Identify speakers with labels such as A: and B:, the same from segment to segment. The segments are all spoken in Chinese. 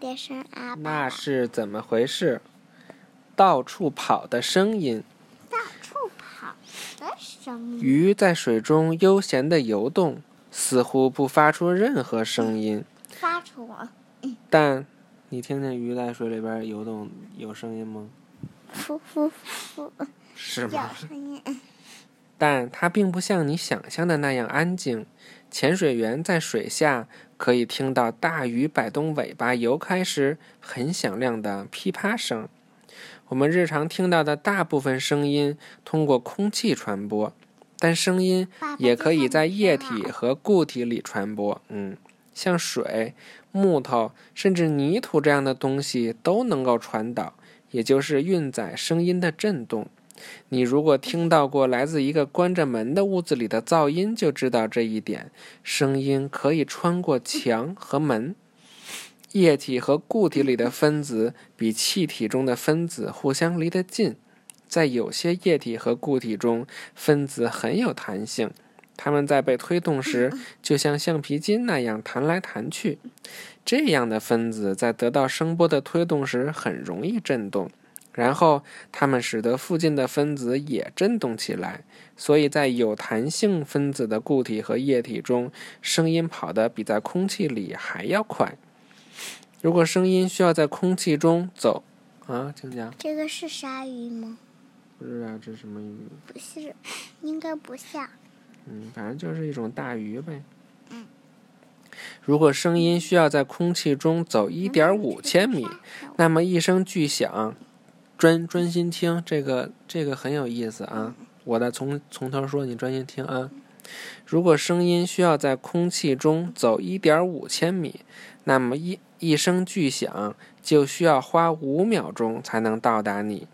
A: 的声啊，
B: 那是怎么回事？到处跑的声音，
A: 到处跑的声音，
B: 鱼在水中悠闲地游动，似乎不发出任何声音。
A: 发出我
B: 但你听见鱼在水里边游动有声音吗？
A: 噗噗噗
B: 是吗
A: 叫？声音，
B: 但它并不像你想象的那样安静。潜水员在水下可以听到大鱼摆动尾巴游开时很响亮的噼啪声。我们日常听到的大部分声音通过空气传播，但声音
A: 爸爸
B: 也
A: 就
B: 可以
A: 看
B: 在
A: 你
B: 液
A: 看
B: 体
A: 了
B: 和固体里传播。嗯，像水、木头甚至泥土这样的东西都能够传导，也就是运载声音的震动。你如果听到过来自一个关着门的屋子里的噪音，就知道这一点。声音可以穿过墙和门。液体和固体里的分子比气体中的分子互相离得近，在有些液体和固体中，分子很有弹性，它们在被推动时就像橡皮筋那样弹来弹去。这样的分子在得到声波的推动时很容易振动，然后它们使得附近的分子也振动起来。所以在有弹性分子的固体和液体中，声音跑得比在空气里还要快。如果声音需要在空气中走，啊，静佳，
A: 这个是鲨鱼吗？
B: 不知道这是什么鱼，
A: 不是，应该不像。
B: 嗯，反正就是一种大鱼呗。如果声音需要在空气中走一点五千米，那么一声巨响，专专心听这个这个很有意思啊！我再从从头说，你专心听啊。如果声音需要在空气中走一点五千米，那么一一声巨响就需要花五秒钟才能到达你。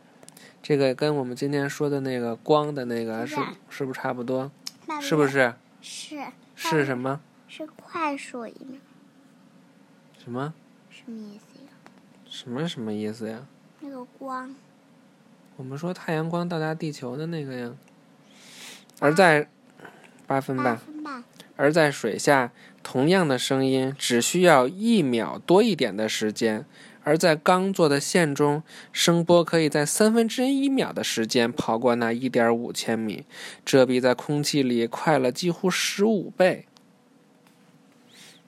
B: 这个跟我们今天说的那个光的那个
A: 是
B: 是是不是差不多？
A: 那
B: 是不
A: 是？
B: 是？
A: 是
B: 是什么
A: 是快速一秒，
B: 什么
A: 什么意思呀？
B: 什么什么意思呀？
A: 那个光
B: 我们说太阳光到达地球的那个呀，而在八分
A: 八
B: 吧，
A: 分半，
B: 而在水下，同样的声音只需要一秒多一点的时间，而在刚做的线中，声波可以在三分之一秒的时间跑过那一点五千米，这比在空气里快了几乎十五倍。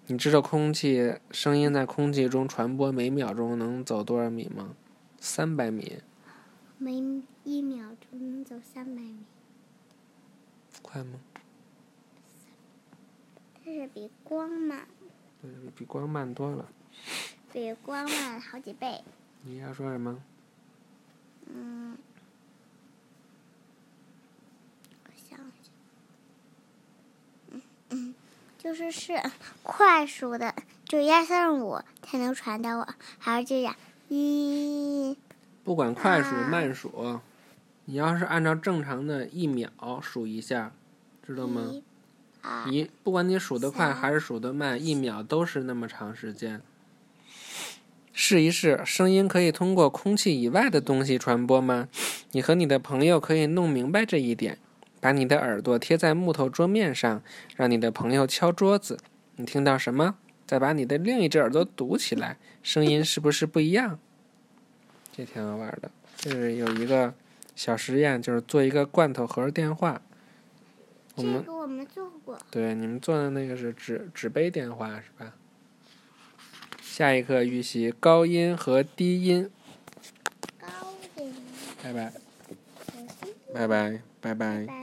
B: 你知道空气声音在空气中传播每秒钟能走多少米吗？三百米。
A: 每一秒钟能走三百米，
B: 快吗？
A: 但是比光慢，
B: 对，比光慢多了。
A: 比光慢好几倍。
B: 你要说什么？
A: 嗯，我想想，嗯嗯，就是是快速的，就一二三五才能传到我，还是这样一
B: 不管快数
A: 啊
B: 慢数，你要是按照正常的一秒数一下，知道吗？
A: 一二
B: 一，不管你数得快
A: 三
B: 还是数得慢，一秒都是那么长时间。试一试，声音可以通过空气以外的东西传播吗？你和你的朋友可以弄明白这一点。把你的耳朵贴在木头桌面上，让你的朋友敲桌子，你听到什么？再把你的另一只耳朵堵起来，声音是不是不一样？这挺好玩的。就是有一个小实验，就是做一个罐头盒电话。我们
A: 这个我们做过，
B: 对，你们做的那个是纸纸杯电话是吧？下一课预习高音和低音，
A: 高点，
B: 拜拜，
A: 小心
B: 拜拜，拜拜
A: 拜。拜。